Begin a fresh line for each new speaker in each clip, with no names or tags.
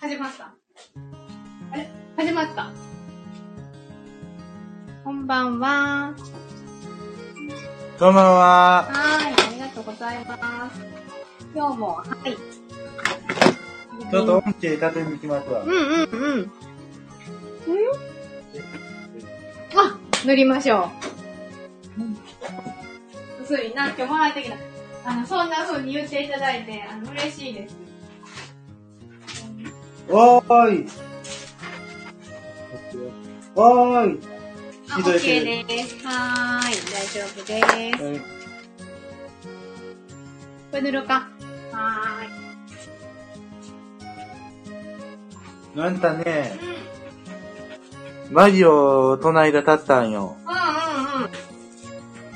始まった。あれ始まった。こんばんは。
こんばんは。
はい、ありがとうございます。今日も、はい。
ちょっと音声立てに行きますわ
う。んうんうん。んあ、塗りましょう。薄いなってもらいたけど、あの、そんな風に言っていただいて、あの、嬉しいです。
おーい。おーい。
あ、
いただい
OK
てる
です。はーい、大丈夫です。これ塗ろうか。はーい。
あんたね、マリオ、こないだ立ったんよ。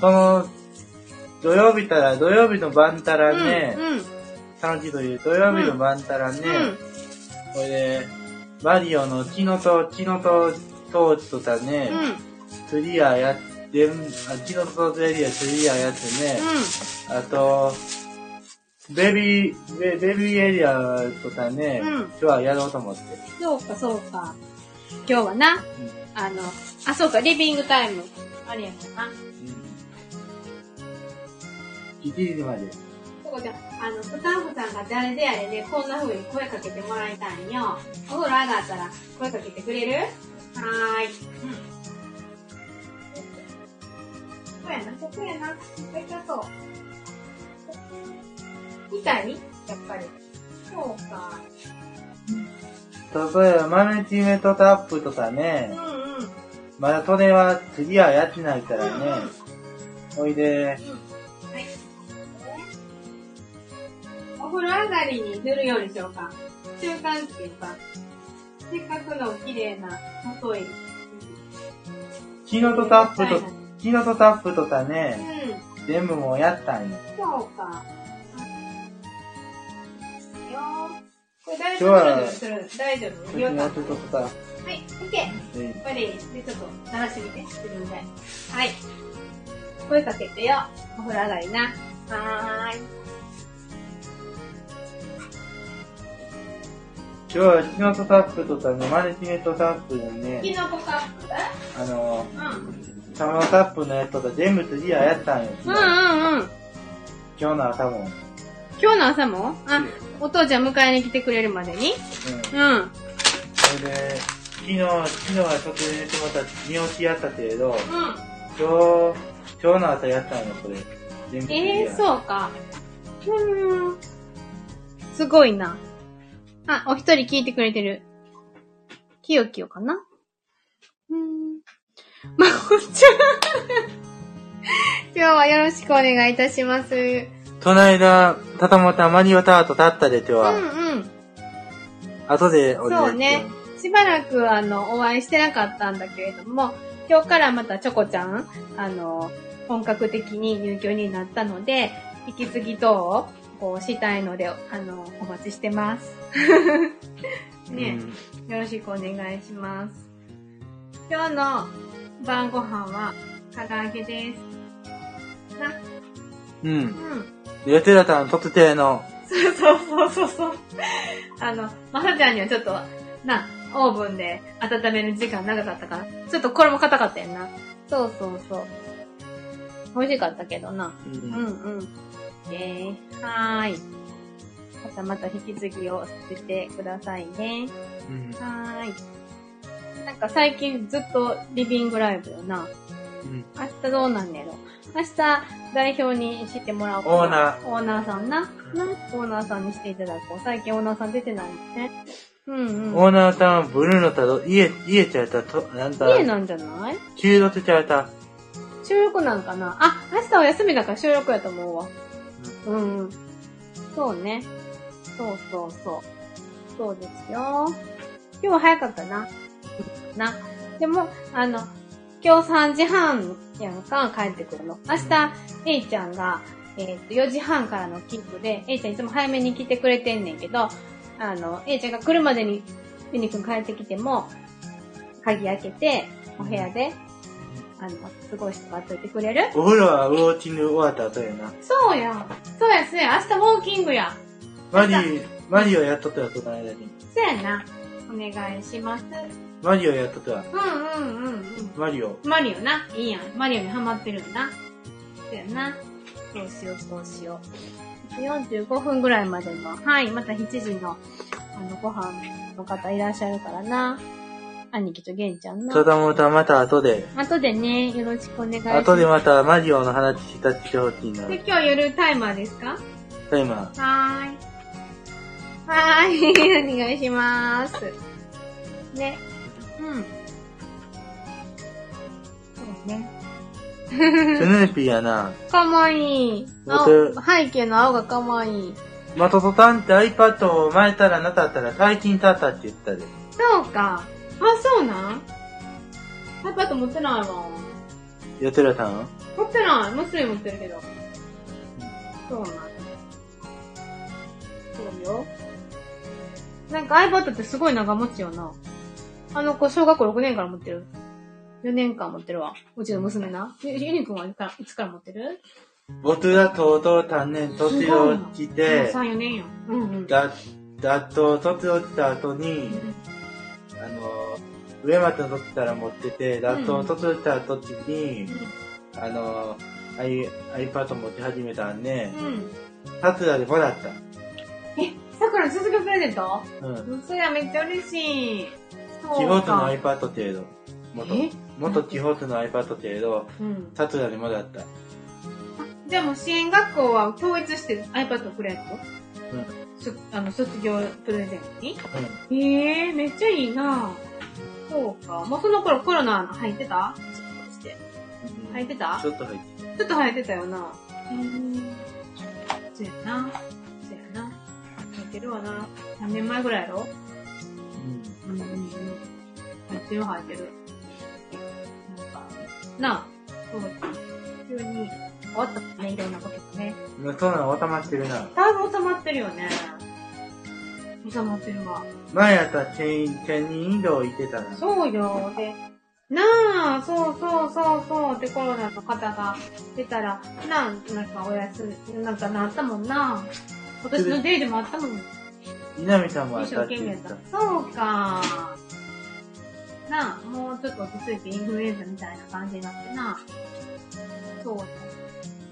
うんうんうん。
その、土曜日たら、土曜日の晩たらね、
うんうん。
楽しいという土曜日の晩たらね、これで、マリオのキノと、キノと、トーチとたね、
うん。うん。うん。
ツリアやってん、あ、キノとゼリア、ツリアやってね、あと、ベビー、ベベビーエリアとかね、
うん
今日はやろうと思って。
そうか、そうか。今日はな、あの、あ、そうか、リビングタイム。あれやもんな。
1時まで。
ここじゃ、あの、スタッフさんが誰であれで、こんな風に声かけてもらいたいんよ。お風呂上がったら声かけてくれるはーい。うん。ここやな、ここやな。めっちゃそう。みたいやっぱり。そうか。
例えば、マルチメトタップとか
うん
ね、
うん。うん
まだそれは次はやってないからね、ほいで、
はい。お風呂上がりに塗るようにしようか。習慣っていうか、せっかくの綺麗な例え。
キノとタップと、キノとタップとかね、
う
全部もうやったんよ。
ん、そうか。よーこれ大
今日
丈夫
は
する大丈夫
キ
よか
ノ
っ
とタッ
た。はい、オッケー。
プ。うん
これで、ちょっと鳴らしてみて、自分で。はい。声かけてよ。お風呂上がりな。はーい。
今日はキノとタップとかね、マルチメトタップのね、
キノコカップだ
あの、
うん。
サマータップのやつとか全部次はやったんよ。
うんうんうん。
今日の朝も。
今日の朝もあ
うん、
お父ちゃん迎えに来てくれるまでに
うん。
うん。うん
それで、昨日、昨日は撮影してもらった、見落ちやったけれど、。今日、今日の朝やったんよ、それ。全部
ええー、
う。
そうか。うん。すごいな。あ、お一人聞いてくれてる。きよきよかなうん。まこちゃん。 今日はよろしくお願いいたします。う
この間、たたまたマリオタワーと立ったで、今日は。
んうん。
後で降りて
そうね。しばらく、あの、お会いしてなかったんだけれども、今日からまたチョコちゃん、あの、本格的に入居になったので、引き継ぎ等を、こう、したいので、あの、お待ちしてます。ね、よろしくお願いします。今日の晩ご飯は、唐揚げです。な、
うん。う。
うんん。
ヨテラさん特定の、
そうそうそうそう。あの、まさちゃんにはちょっと、な、オーブンで温める時間長かったから、ちょっとこれも硬かったよな。そうそうそう。美味しかったけどな。
う
うん
ん。
うん。えー、はーい。またまた引き継ぎをさせてくださいね。
うん。
はーい。なんか最近ずっとリビングライブよな。
うん。
明日どうなんねやろ明日、代表にしてもらおうか
オーナー
オーナーさんな。な、オーナーさんにしていただこう。最近オーナーさん出てないんですね。うんうん。
オーナーさんはブルーのたど、家、家ちゃったと、なんだ、
家なんじゃない
中毒ちゃった。
収録なんかなあ、明日は休みだから収録やと思うわ。うんうん。そうね。そうそうそう。そうですよ。今日は早かったな。な。でも、あの、今日3時半やんか、帰ってくるの。明日、えいちゃんが、えーっと、4時半からのキックで、えいちゃんいつも早めに来てくれてんねんけど、あの、えいちゃんが来るまでに、ユニくん帰ってきても、鍵開けて、お部屋で、あの、過ごしてもらっといてくれる
お風呂はウォーキング終わった後やな。
そうや。そうや、そうや。明日ウォーキングや。
マリー、マリオやっとったよ、その間に。
そうやな。お願いします。
マリオやっとったよ。
うんうんうんうん。
マリオ。
マリオな。いいやん。マリオにハマってるんな。そうやな。そうしよう、そうしよう。45分ぐらいまでの、はい、また7時の、あの、ご飯の方いらっしゃるからな。兄貴とゲンちゃん
子
な。
供とまた後で。
後でね、よろしくお願いします。
後でまたマリオの話したってほしいな。
で、今日夜タイマーですか
タイマ
はーい。はーい、お願いしまーす。ね。うん。そうね。
ー。スヌーピーやな。
かわいい。あ
僕
背景の青がかわいい。
マトトさんって iPad を前たらなかったら最近たったって言ったで。
そうか。あ、そうなんパパと持ってないわ。
やてらさん
持ってない。もちろん持ってるけど。そうなん。そうよ。なんか iPad ってすごい長持ちよな。あの子、小学校6年から持ってる。4年間持ってるわ。うちの娘な。ゆゆにくんはいつからいつから持ってる
僕がとうとう単年卒業し
え ?3、
て、
4年よ。うんうん。
だ、だっと卒業した後に、あの、上松の時から持ってて、だっと卒業した時に、あの、I、iPad 持ち始めたんで、
うん。
さすがでもらった。
え、さくら卒業プレゼント
うん。
そりゃめっちゃ嬉しい。
地
そう
方都の
か。
iPad 程度。元
え、
元地方都の iPad 程度、
うん。
さすがでもらった。
じゃあもう支援学校は統一して iPad をくれや
うん。
つとあの、卒業プレゼントに
うん
ええめっちゃいいなそうか。もうその頃コロナ入ってたちょっとして入ってた
ちょっと入ってる
ちょっと入ってたよな。うん。そうやな。そうやな。入ってるわな。3年前ぐらいやろうんうんうん。入ってる入ってる。なんか、なあ、そうだ。急に終わったもんね、いろんなことがね。
うん。そんなん収まってるな。
だいぶ収まってるよね。収まってるわ。
前やったら千千人以上いてたな。
そうよ。で、なあ、そうそうそうそう。で、コロナの方が出たら、なあ、なんかお休み、なんかなったもんな。今年のデイでもあったもん。
稲見さんもあ
一
っ
生
たって
懸命
言
やっ
っ
たた。。そうか。なあ、もうちょっと落ち着いてインフルエンザみたいな感じになってな。そうだ。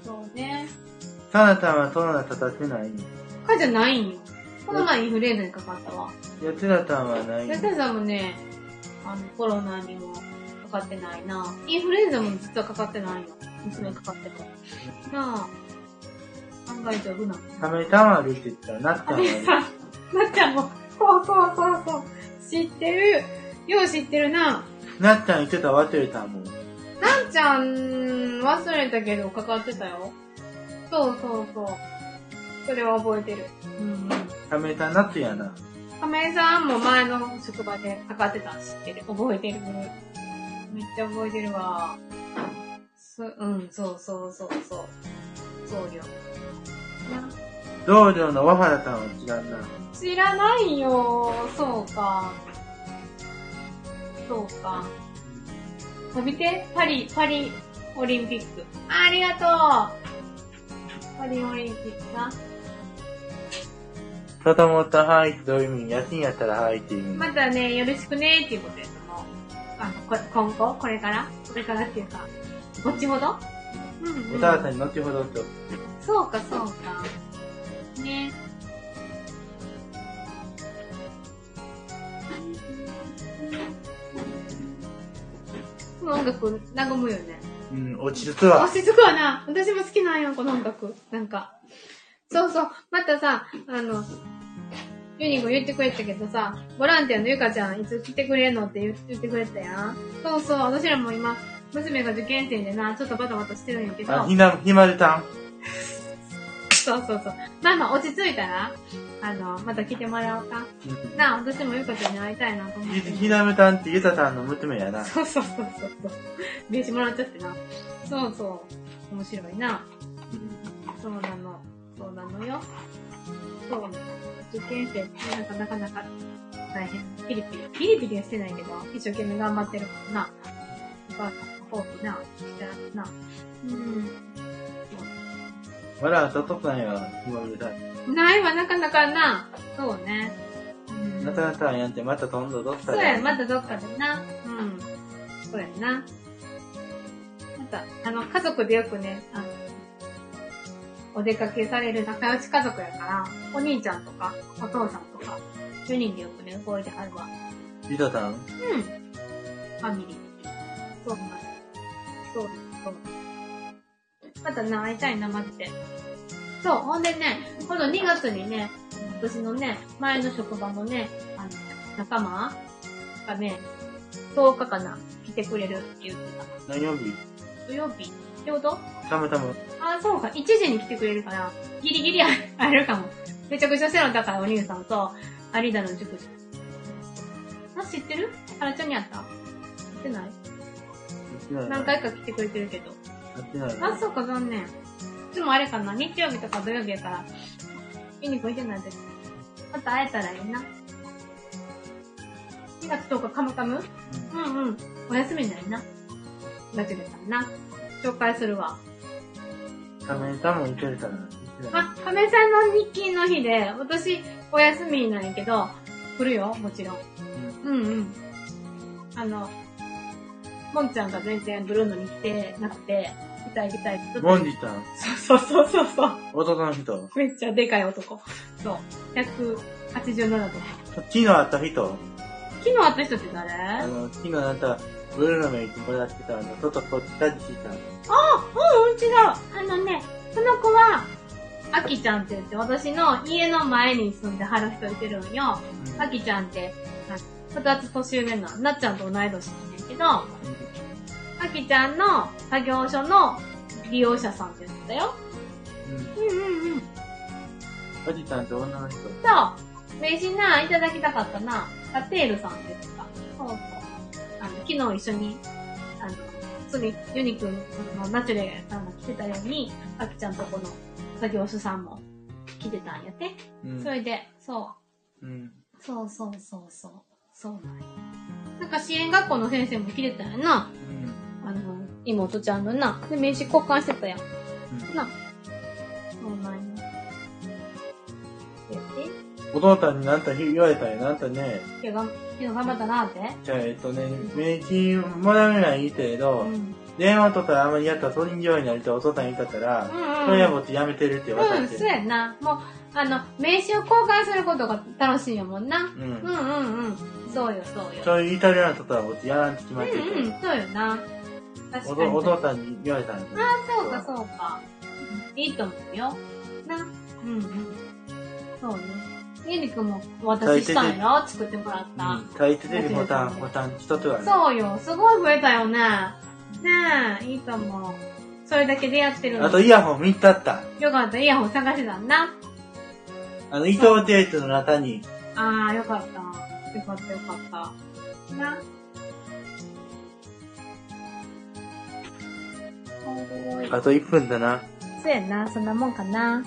そうね。
サナさんはそんな立たせない
かじゃないんよ。この前インフルエンザにかかったわ。
やつらさんはない
やたさんもね、あの、コロナにもかかってないな。インフルエンザも実はかかってないよ。娘かかってた。なあ、案外丈夫なの。
サメタンあるって言ったら、なっちゃ
あ
んは
べ
ある。
さん、なっちゃんも、そうそうそうそう。知ってる。よう知ってるな。
なっちゃん言ってたわてるたんも。
なっちゃん、忘れたけどかかってたよ。そうそうそう。それは覚えてる。うんうん。
サメタン夏やな。
亀井さんも前の職場でかかってたの知ってる。覚えてる。めっちゃ覚えてるわ。そうん、そうそうそうそう。そうよ。な
同僚の和原さんは違うな。
知らないよ。そうか。そうか。飛びて、パリ、パリオリンピック。あありがとう。パリオリンピックな。
ただもったはいってどういう意味家賃やったらはいっていう意味。
またね、よろしくねっていうことやと思う。あの、こ今後これからこれからっていうか、後ほどうん、う
お
ん。
母さんに後ほどと。
そうか、そうか。ね。 この音楽、和むよね。
うん、落ち着くわ
落。ち着くわな。私も好きなんや、この音楽。なんか。そうそう。またさ、あの、ユニコ言ってくれたけどさ、ボランティアのゆかちゃんいつ来てくれんのって言言ってくれたやん。そうそう。私らも今、娘が受験生でな、ちょっとバタバタしてるんやけど。
あ、ひな、ひまるさん。
そうそうそう。まあまあ、落ち着いたら、あの、また来てもらおうか。
うん
なあ、私もゆかちゃんに会いたいなと思っ
ひ
て。
ひなむさんってゆたさんの娘やな。
そうそうそうそうそう。名刺もらっちゃってな。そうそう。面白いな。そうなの。そうなのよ。そうなの。受験生ってなんかなかなか大変。ピリピリ。ピリピリはしてないけど、一生懸命頑張ってるからな。お母さんのほうな、じゃあな。うん。
まだ当たっとったんや、ひまるさん。
ないわ、なかなかな。そうね。うん
なかなかやんって、また今度どっか
そう
で。
や、またどっかでな。うん。そうやな。また、あの、家族でよくね、あの、お出かけされる仲良し家族やから、お兄ちゃんとか、お父さんとか、4人でよくね、動いてはるわ。
リトさ
う
ん
ん。ファミリー。そうなんだそうそう。またな、会いたいな、マジで。そう、ほんでね、この2月にね、私のね、前の職場のね、あの、仲間がね、10日かな、来てくれるって言って
何曜日
た。土曜日ってこと
たまたま。
あ、そうか、1時に来てくれるから、ギリギリ会えるかも。めちゃくちゃ背の高いお兄さんと、有田の塾児あ、知ってる原ちゃんに会った会ってない何回か来てくれてるけど。
やってない
あ、そうか、残念。いつもあれかな、日曜日とか土曜日やから、見に来いてないで。また会えたらいいな。2月10日、カムカムうんうん。お休みになりな。ラジオさんな。紹介するわ。
たまにたまに行けるから。行ってない
あ、亀さんの日勤の日で、私、お休みなんやけど、来るよ、もちろん。
うん
うんうん。あの、もんちゃんが全然ブルーノに来てなくて、行きたい行きたい。
モンディさん、
そうそうそうそうそう。
男の人。
めっちゃでかい男。そう。187とか。
昨日会った人。
昨日会った人って
あ
誰
の、昨日あなた、ブルーのメイクもらってたあの、ちょっとこっち立ちした。
うん、うんちだ。あのね、その子は、あきちゃんって言って、私の家の前に住んではる人いてるんよ。あきちゃんって、2つ年上な、なっちゃんと同い年なんやけど、あきちゃんの作業所の利用者さんって言ってたよ。
うん。
うんうんうん。
おじさんと女の人。
そう、名刺な、いただきたかったな、ラテールさんって言ってた。そうそう。あの、昨日一緒に、あの、それ、ユニくんのナチュレさんが来てたように、あきちゃんとこの作業所さんも来てたんやって。
うん
それで、そう。
うん。
そうそうそうそう。そうなんやなんか支援学校の先生も来てたよな。
うん。
あの、妹ちゃんのな。で、名刺交換してたやん。な。そうなんや。やって。
お父さんにあんた言われたんや。あんたね、
けが、けど頑張ったなって。
じゃあ、えっとね、名刺もらえないけれ
う
ど、
ん。うん
電話とかあんまりやったら取りようになりたいお父さん言いたから、それは
う
僕やめてるって
ん。う
渡
ん、
し
そう
て。
やな。もう、あの、名刺を交換することが楽しいんやもんな。
う
うん
ん。
うんうん。そうよ、そうよ。
そういうイタリアのことは僕やらんって決
う
まってて、
んうん、そうよな。確
お
か
父
に。
お父さんに言われたんで。
そうか、そうか。いいと思うよ。な。うんうん。そうね。ゆりくんもお渡ししたんやろ作ってもらっ
う
た
ん。。書いててるボタン、ボタン一つはね。
そうよ。すごい増えたよね。ねえ、いいと思う。それだけでやってるの。
あとイヤホン見たった。
よかった。イヤホン探してたんだ。
あの、伊藤テートの中に、
あー、よかった。よかった、よかった。な。おーい。
あと1分だな。
そうやな。そんなもんかな。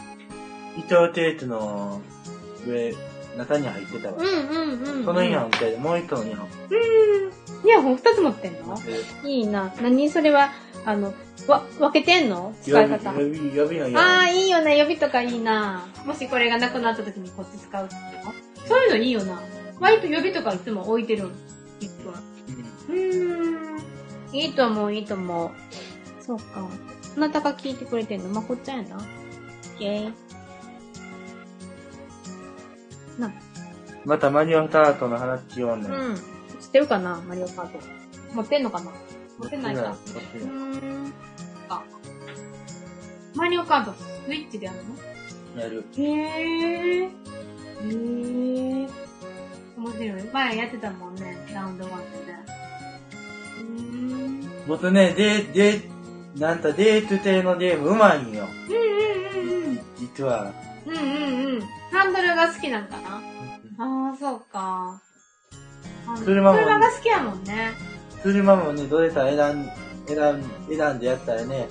伊藤テートの上、中に入ってた
う
わ。
んうんうん、うん。
そのイヤホンみたいで、もう一個のイヤホン。
イヤホン二つ持ってんのいいな。何それは、あの、わ、分けてんの使
予
い
備、
方。あ
予備、予備のイ
あ
ヤ
ー、いいよね。予備とかいいな。もしこれがなくなった時にこっち使うってことそういうのいいよな。割と予備とかいつも置いてるん。いつも
ホン。うん
うーん。いいと思う、いいと思う。そうか。あなたが聞いてくれてんのまこっちゃんやな。イェイ。
またマリオカートの話しようね。
うん。知ってるかなマリオカート。持ってんのかな持ってないか。
持って
う
ない
ーん。あマリオカート、スイッチでやるの
やる。
へぇー。へぇー。面白い。前やってたもんね、ラウンドワンで。うーん。
僕ね、で、で、なんたデート系のゲームうまいんよ。
うんうんうんうん。
実は。
うんうんうん。ハンドルが好きなんかなああ、そうか。あの
車も
車が好きやもんね。
車もね、どれか選ん、選ん、選んでやったらね、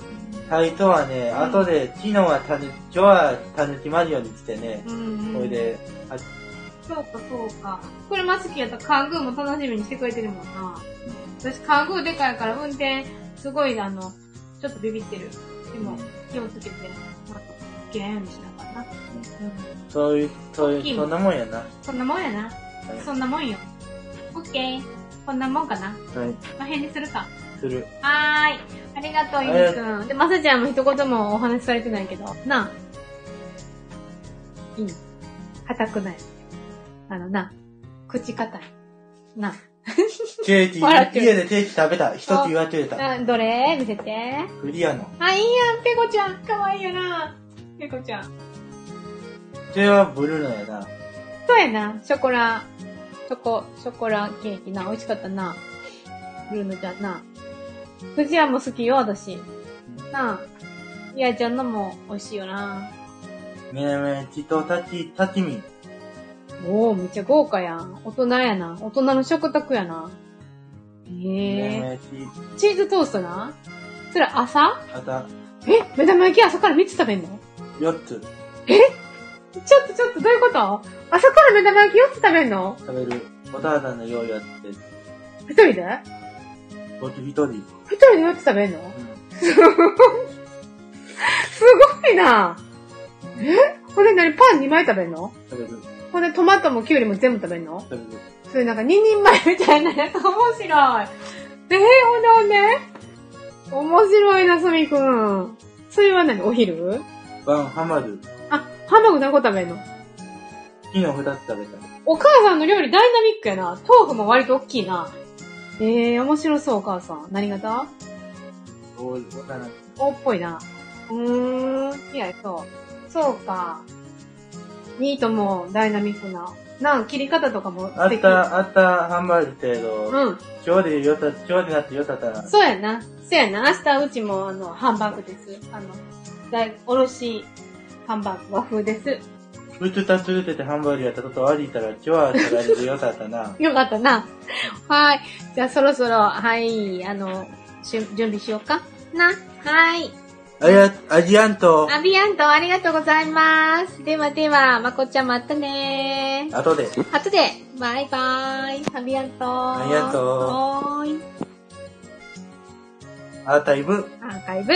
タイトはね、
うん
後で、昨日はたぬ、今日はたぬきマリオに来てね、
うん、
これで、あ
そうか、そうか。車好きやったら、カングーも楽しみにしてくれてるもんな。私、カングーでかいから、運転、すごい、あの、ちょっとビビってる。でも、気をつけて。っけみたいな。うん。
そういう、そう
大き
い、
いうも
そ
ん
んなもんやな。は
そんなもんやな。そんなもんよ。オッケー。こんなもんかな。
い。はい。
この辺にするか。
する。
はーい。ありがとう、ゆみくん。で、まさちゃんも一言もお話しされてないけど、なあ。いいの。硬くない。あのな、口硬い。な
ケーキ、
笑ってる
家でケーキ食べた。一つ言われてた。
あ、どれ見せて。
クリアの。
あ、いいやん、ペコちゃん。かわいいよな。ペコちゃん。
それはブルーのやな。
そうやな、ショコラ、チョコ、ショコラケーキな、美味しかったな。ルーヌちゃんな。不二家も好きよ、私。なあ。いやちゃんのも美味しいよな。
めめめちとたち、たちみ。
おお、めっちゃ豪華やん。大人やな。大人の食卓やな。
めめ
へえ。
めち、
チーズトーストな。それ朝
はた、
え目玉焼き朝から3つ食べんの
四つ
ちょっとちょっと、どういうこと朝から目玉焼き4つ食べんの
食べる。お母さんの料理やって、
一人で
僕一人。うん。
一人で4つ食べんのすごいなえこれ何パン2枚食べんの
食べる、
これトマトもキュウリも全部食べんの
食べる。
それなんか2人前みたいなやつ面白い。えー、ほんでほんで面白いな、すみくん。それは何お昼
晩ハマる。
あ、ハンバーグ何個食べんの
昨日二つ食べた。
お母さんの料理ダイナミックやな。豆腐も割と大きいな。えー、面白そう、お母さん。何型
おい、わからん。
おっぽいな。うーん、いや、そう。そうか。ニートもダイナミックな。なん、切り方とかも
あ
素
っ
敵。
た、あった、ハンバーグ程度。
うん。
今日でよた、今日になってよたったら、
そうやな。そうやな。明日うちも、あの、ハンバーグです。あの、大、おろし、ハンバーグ、和風です。。
うつたつるててハンバーグやったことありたら、今日は食べれるよたったな
よかったな。はい。じゃあ、そろそろ、はい、あの、しゅ準備しようか。な。はい。
あや、アジアント、
アビアント、ありがとうございます。ではでは、まこちゃん、またねー。
後で。
後で、バイバーイ。アビアントー。
ありがとう
はーい。
アーカイブ。
アーカイブ。